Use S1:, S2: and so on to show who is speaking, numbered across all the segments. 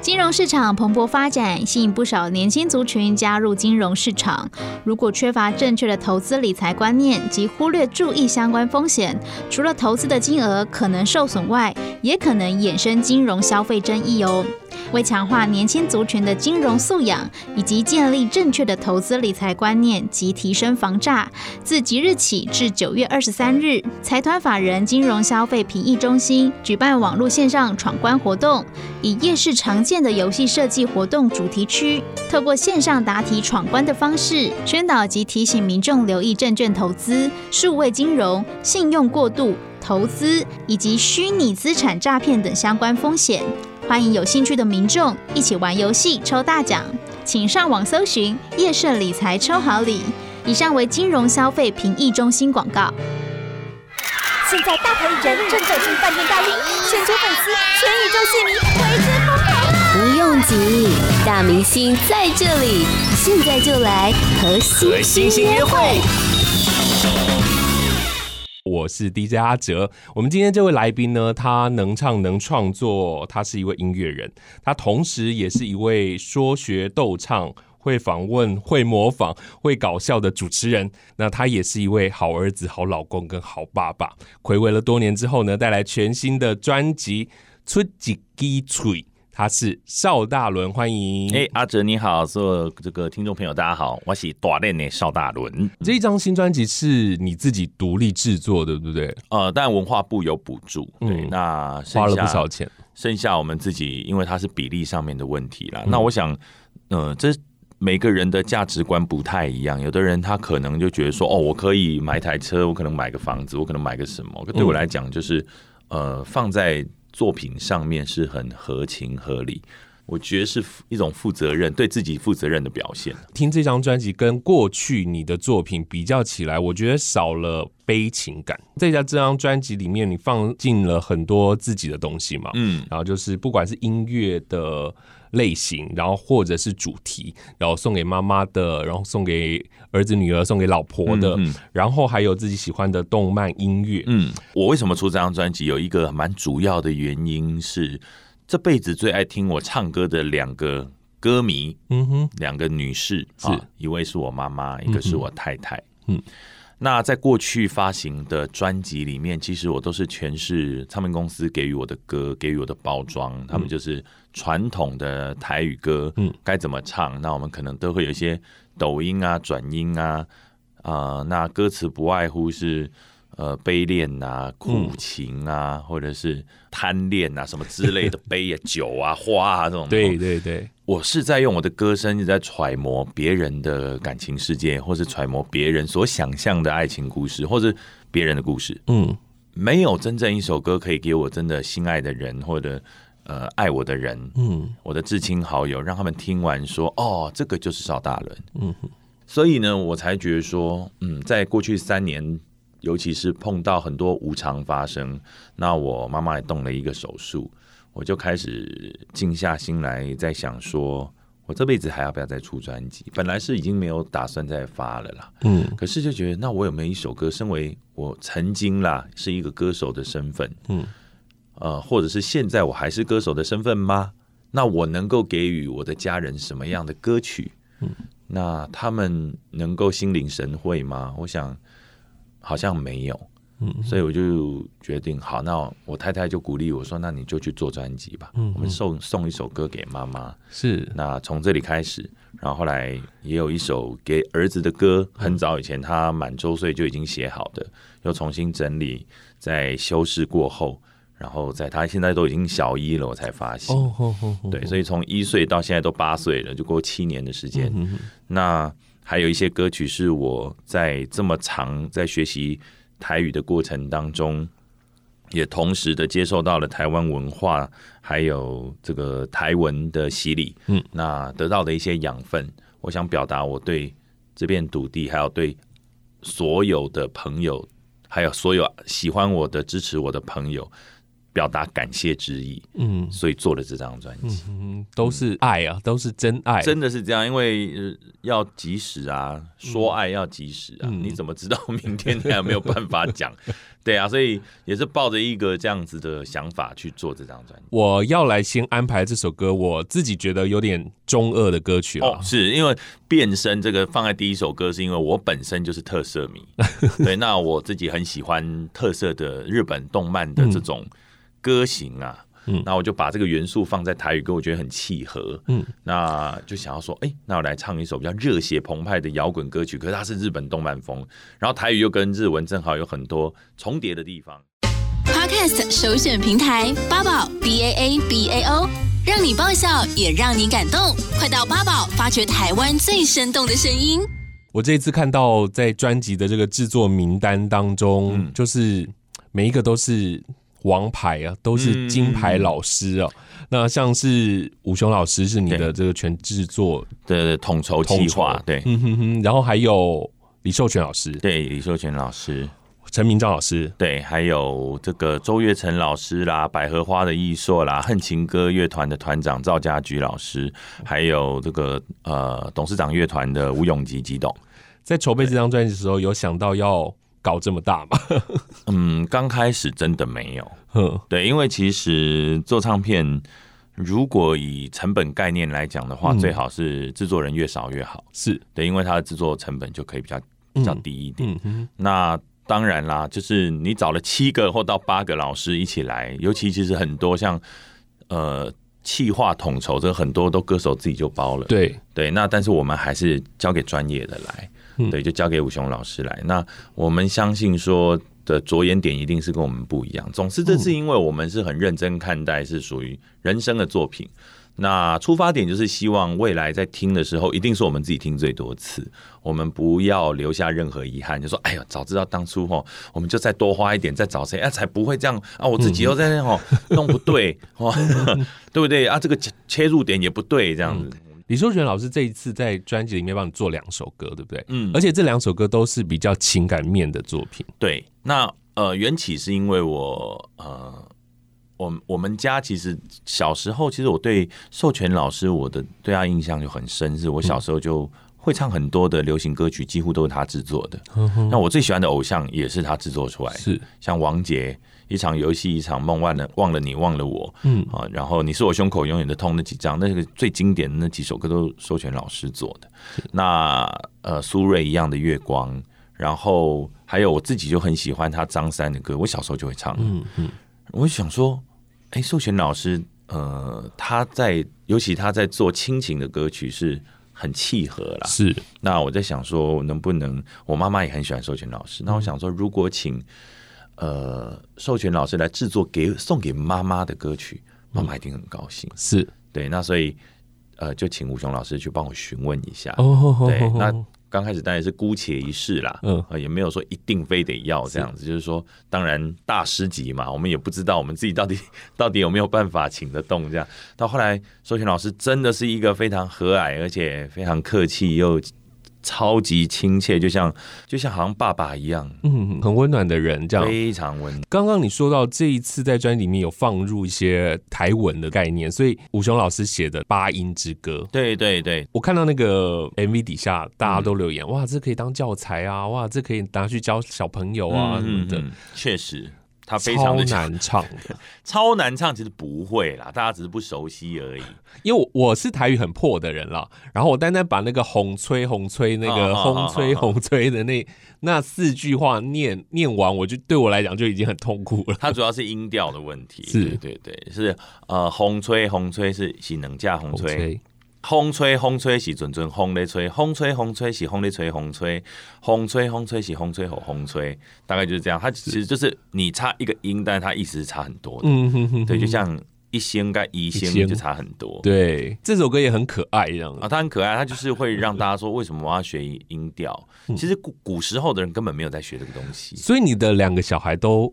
S1: 金融市场蓬勃发展，吸引不少年轻族群加入金融市场。如果缺乏正确的投资理财观念及忽略注意相关风险，除了投资的金额可能受损外，也可能衍生金融消费争议哦。为强化年轻族群的金融素养，以及建立正确的投资理财观念及提升防诈，自即日起至九月二十三日，财团法人金融消费评议中心举办网络线上闯关活动，以夜市常见的游戏设计活动主题区，透过线上答题闯关的方式，宣导及提醒民众留意证券投资、数位金融、信用过度。投资以及虚拟资产诈骗等相关风险，欢迎有兴趣的民众一起玩游戏抽大奖，请上网搜寻“夜市理财抽好礼”。以上为金融消费评议中心广告。
S2: 现在大牌人正走进饭店大厅，全球粉丝、全宇宙戏迷为之疯狂。
S3: 不用急，大明星在这里，现在就来和
S4: 和
S3: 星
S4: 星
S3: 星
S4: 星
S3: 约
S4: 约
S3: 会。
S4: 会。我是 DJ 阿哲，我们今天这位来宾呢，他能唱能创作，他是一位音乐人，他同时也是一位说学逗唱、会访问、会模仿、会搞笑的主持人。那他也是一位好儿子、好老公跟好爸爸。暌违了多年之后呢，带来全新的专辑《出几滴嘴》，他是邵大伦，欢迎。
S5: 哎、阿哲你好，所有这个听众朋友大家好，我是大练的邵大伦。
S4: 这一张新专辑是你自己独立制作，对不对？
S5: 呃，但文化部有补助，对，
S4: 嗯
S5: 那剩下
S4: 花了不少，钱。
S5: 剩下我们自己，因为它是比例上面的问题
S4: 嗯
S5: 啦。那我想，呃，这每个人的价值观不太一样，有的人他可能就觉得说，哦，我可以买台车，我可能买个房子，我可能买个什么，可
S4: 嗯
S5: 对我来讲就是，呃，放在作品上面是很合情合理。我觉得是一种负责任，对自己负责任的表现。
S4: 听这张专辑跟过去你的作品比较起来，我觉得少了悲情感。在这张专辑里面，你放进了很多自己的东西嘛，
S5: 嗯，
S4: 然后就是不管是音乐的类型，然后或者是主题，然后送给妈妈的，然后送给儿子女儿，送给老婆的，
S5: 嗯嗯
S4: 然后还有自己喜欢的动漫音乐，
S5: 嗯，我为什么出这张专辑？有一个蛮主要的原因是，这辈子最爱听我唱歌的两个歌迷，
S4: 嗯哼，
S5: 两个女士，
S4: 是
S5: 啊一位是我妈妈，一个是我太太。
S4: 嗯，
S5: 那在过去发行的专辑里面，其实我都是诠释唱片公司给予我的歌，给予我的包装，他们就是传统的台语歌，
S4: 嗯
S5: 嗯，该怎么唱？那我们可能都会有一些抖音啊、转音啊，啊、那歌词不外乎是。呃，悲恋
S4: 嗯
S5: 啊，苦情啊，或者是贪恋啊，什么之 类的悲啊、酒啊、花啊这种。
S4: 对对对，
S5: 我是在用我的歌声一直在揣摩别人的感情世界，或是揣摩别人所想象的爱情故事，或是别人的故事。
S4: 嗯
S5: 没有真正一首歌可以给我真的心爱的人，或者呃爱我的人，
S4: 嗯
S5: 我的至亲好友，让他们听完说：“哦，这个就是邵大伦。”
S4: 嗯
S5: 嗯，所以呢，我才觉得说，嗯，在过去三年，尤其是碰到很多无常发生，那我妈妈也动了一个手术，我就开始静下心来，在想说，我这辈子还要不要再出专辑？本来是已经没有打算再发了啦，
S4: 嗯
S5: 可是就觉得，那我有没有一首歌，身为我曾经啦是一个歌手的身份，
S4: 嗯，
S5: 呃，或者是现在我还是歌手的身份吗？那我能够给予我的家人什么样的歌曲？嗯，那他们能够心领神会吗？我想好像没有，
S4: 嗯，
S5: 所以我就决定，好，那我太太就鼓励我说，那你就去做专辑吧，
S4: 嗯
S5: 我们送送一首歌给妈妈，
S4: 是
S5: 那从这里开始，然后后来也有一首给儿子的歌，很早以前他满周岁就已经写好的，又重新整理，在修饰过后，然后在他现在都已经小一了，我才发行。
S4: 哦吼吼吼，
S5: 对，所以从一岁到现在都八岁了，就过七年的时间。
S4: 嗯哼
S5: 那还有一些歌曲是我在这么长在学习台语的过程当中，也同时的接受到了台湾文化还有这个台文的洗礼，
S4: 嗯，
S5: 那得到的一些养分，我想表达我对这片土地，还有对所有的朋友，还有所有喜欢我的、支持我的朋友。表达感谢之意，
S4: 嗯
S5: 所以做了这张专辑。
S4: 嗯，都是爱啊，都是真爱，
S5: 真的是这样，因为、呃要及时啊，说爱要及时啊，
S4: 嗯
S5: 你怎么知道明天你还有没有办法 讲？对啊，所以也是抱着一个这样子的想法去做这张专辑。
S4: 我要来先安排这首歌，我自己觉得有点中二的歌曲
S5: 哦
S4: 了，。
S5: 是因为变身这个放在第一首歌，是因为我本身就是特色 迷，对，那我自己很喜欢特色的日本动漫的这种歌型啊，
S4: 嗯
S5: 那我就把这个元素放在台语歌，我觉得很契合，
S4: 嗯
S5: 嗯，那就想要说，哎、那我来唱一首比较热血澎湃的摇滚歌曲，可是它是日本动漫风，然后台语又跟日文正好有很多重叠的地方。
S3: Podcast 首选平台八宝 B A A B A O，让你爆笑也让你感动，快到八宝发掘台湾最生动的声音。
S4: 我这一次看到在专辑的这个制作名单当中，
S5: 嗯
S4: 就是每一个都是王牌啊，都是金牌老师啊。那像是武雄老师是你的
S5: 嗯对
S4: 这个全制作
S5: 的统筹
S4: 统
S5: 计
S4: 筹
S5: 划，对
S4: 嗯哼哼，然后还有李寿全老师、
S5: 对，李秀全老师，
S4: 陈明章老师，
S5: 对，还有这个周月成老师啦，百合花的艺硕啦，恨情歌乐团的团长赵家菊老师，还有这个呃董事长乐团的吴永吉吉董。
S4: 在筹备这张专辑的时候，有想到要搞这么大 吗？
S5: 嗯，刚开始真的没有，
S4: 哼
S5: 对，因为其实做唱片，如果以成本概念来讲的话，
S4: 嗯
S5: 最好是制作人越少越好，
S4: 是，
S5: 对，因为它的制作成本就可以比较比较低一点。
S4: 嗯哼，
S5: 那当然啦，就是你找了七个或到八个老师一起来，尤其其实很多像呃企划统筹，这很多都歌手自己就包了。
S4: 对，
S5: 对，那但是我们还是交给专业的来，
S4: 嗯
S5: 对，就交给武雄老师来。那我们相信说的着眼点一定是跟我们不一样。总之，这是因为我们是很认真看待，是属于人生的作品。那出发点就是希望未来在听的时候，一定是我们自己听最多次，我们不要留下任何遗憾，就说：“哎呀，早知道当初吼，我们就再多花一点，再找谁啊，才不会这样啊！我自己又在那吼弄不对，哦， 对不对啊？这个切切入点也不对，这样子。
S4: 李寿全老师这一次在专辑里面帮你做两首歌，对不对？
S5: 嗯
S4: 而且这两首歌都是比较情感面的作品。
S5: 对，那呃，缘起是因为我呃，我我们家其实小时候，其实我对授权老师我的对他印象就很深，是我小时候就会唱很多的流行歌曲，几乎都是他制作的。那我最喜欢的偶像也哎是他制作出来的，
S4: 是，
S5: 像王杰。一场游戏，一场梦，忘了忘了你，忘了我，
S4: 嗯
S5: 啊，然后你是我胸口永远的痛那几张，那个最经典的那几首歌都是授权老师做的。那呃，苏芮一样的月光，然后还有我自己就很喜欢他张三的歌，我小时候就会唱。
S4: 嗯嗯，
S5: 我想说，哎、授权老师，呃，他在尤其他在做亲情的歌曲是很契合啦。
S4: 是，
S5: 那我在想说，能不能我妈妈也很喜欢授权老师，那我想说，如果请呃授权老师来制作给送给妈妈的歌曲，妈妈一定很高兴。
S4: 是，
S5: 对，那所以呃，就请吴雄老师去帮我询问一下。
S4: 哦，
S5: 啊对，那
S4: 哦
S5: 刚开始当然是姑且一试啦，
S4: 嗯
S5: 嗯、也没有说一定非得要这样子，就是说，当然大师级嘛，我们也不知道我们自己到底 到底有没有办法请得动这样。到后来，授权老师真的是一个非常和蔼，而且非常客气又超级亲切，就像就像好像爸爸一样，
S4: 嗯，很温暖的人这样。
S5: 非常温暖。
S4: 刚刚你说到这一次在专辑里面有放入一些台文的概念，所以武雄老师写的《八音之歌》，
S5: 对对对，
S4: 我看到那个 MV 底下大
S5: 嗯
S4: 家都留言，哇，这可以当教材啊，哇，这可以拿去教小朋友啊
S5: 嗯
S4: 什么的，
S5: 嗯嗯确实。他非常
S4: 超
S5: 的
S4: 难唱的。
S5: 超难唱，其实不会啦，大家只是不熟悉而已。
S4: 因为我我是台语很破的人啦，然后我单单把那个“红吹红吹”那个“
S5: 啊啊啊
S4: 红吹
S5: 啊啊
S4: 红吹”的那那四句话念念完，我就对我来讲就已经很痛苦了。
S5: 它主要是音调的问题，
S4: 是
S5: 对对对，是呃，红吹红吹是喜能架红
S4: 红
S5: 吹，
S4: 吹
S5: 红吹红吹是准准红咧吹，红吹红吹是红咧吹红吹，红吹红吹是红吹吼红吹，大概就是这样。它其实就是你差一个音，但是它意思是差很多的，
S4: 嗯哼哼哼
S5: 对，就像一仙跟一
S4: 一仙
S5: 仙就差很多，
S4: 对，这首歌也很可爱，这样
S5: 啊，它很可爱，它就是会让大家说为什么我要学音调？
S4: 嗯
S5: 其实古古时候的人根本没有在学这个东西，
S4: 所以你的两个小孩都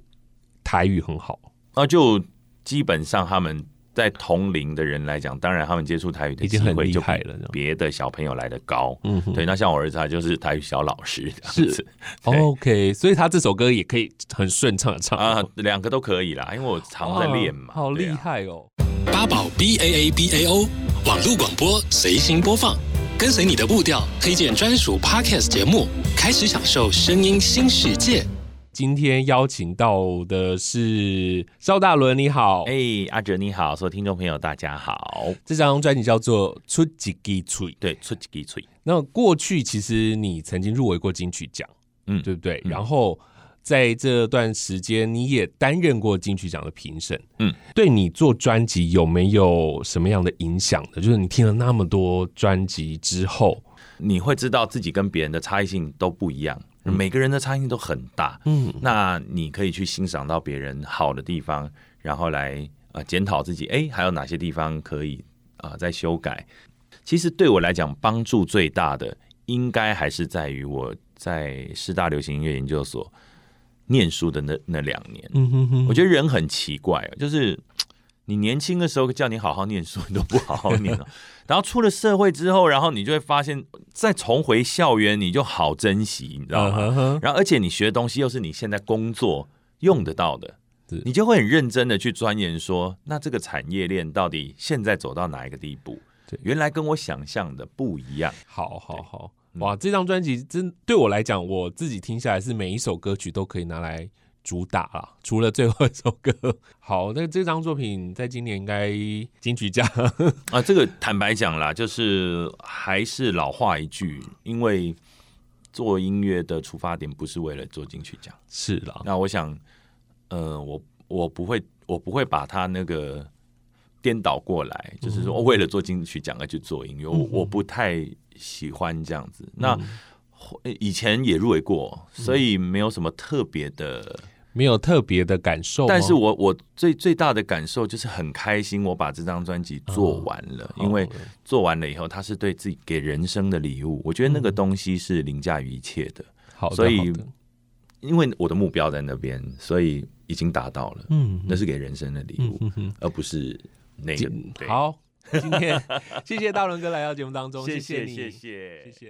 S4: 台语很好，
S5: 哦那就基本上他们在同龄的人来讲，当然他们接触台语的
S4: 已
S5: 机
S4: 经很
S5: 会
S4: 厉
S5: 就
S4: 害
S5: 比
S4: 了这样
S5: 别的小朋友来的高。
S4: 嗯哼
S5: 对，那像我儿子他就是台语小老师这样子对
S4: OK，所以他这首歌也可以很顺畅的唱
S5: 啊，两个都可以啦，因为我常在练嘛。
S4: 哇好
S5: 对
S4: 厉
S5: 啊
S4: 害哦。
S6: 八宝 B A A B A O 网络广播随心播放，跟随你的步调，推荐专属 Podcast 节目，开始享受声音新世界。
S4: 今天邀请到的是邵大伦，你好。
S5: 哎、阿哲你好，所有听众朋友大家好。
S4: 这张专辑叫做《出几滴吹》。
S5: 对，出几滴嘴，
S4: 那过去其实你曾经入围过金曲奖，
S5: 嗯
S4: 对不对？
S5: 嗯
S4: 然后在这段时间，你也担任过金曲奖的评审，
S5: 嗯，
S4: 对你做专辑有没有什么样的影响呢？就是你听了那么多专辑之后，
S5: 你会知道自己跟别人的差异性都不一样，每个人的差异性都很大。
S4: 嗯，
S5: 那你可以去欣赏到别人好的地方，然后来呃检讨自己，哎，还有哪些地方可以啊、呃再修改。其实对我来讲，帮助最大的应该还是在于我在师大流行音乐研究所念书的那那两年。
S4: 嗯哼哼，
S5: 我觉得人很奇怪哦，就是嘖你年轻的时候叫你好好念书，你都不好好念 了。然后出了社会之后，然后你就会发现，再重回校园，你就好珍惜，你知道吗？
S4: 嗯哼哼
S5: 然后，而且你学的东西又是你现在工作用得到的
S4: 是，
S5: 你就会很认真的去钻研说，那这个产业链到底现在走到哪一个地步
S4: 对？
S5: 原来跟我想象的不一样。
S4: 好好好，
S5: 嗯
S4: 哇！这张专辑真对我来讲，我自己听下来是每一首歌曲都可以拿来主打啦，除了最后一首歌。 好，那这张作品在今年应该金曲奖
S5: 啊，这个坦白讲啦，就是还是老话一句，因为做音乐的出发点不是为了做金曲奖。
S4: 是啦，
S5: 那我想，呃，我我不会，我不会把它那个颠倒过来，就是说为了做金曲奖而去做音乐，我我不太喜欢这样子。那以前也入围过，所以没有什么特别的。
S4: 没有特别的感受吗，哦
S5: 但是我我最最大的感受就是很开心，我把这张专辑做完了，
S4: 好
S5: 因为做完了以后，它是对自己给人生的礼物。我觉得那个东西是凌驾于一切的，
S4: 好的，
S5: 所以
S4: 好的
S5: 因为我的目标在那边，所以已经达到了。
S4: 嗯
S5: 那是给人生的礼物，而不是那个。嗯对，
S4: 好。今天谢谢大伦哥来到节目当中，
S5: 谢
S4: 谢
S5: 谢
S4: 你，
S5: 谢
S4: 谢
S5: 谢
S4: 谢。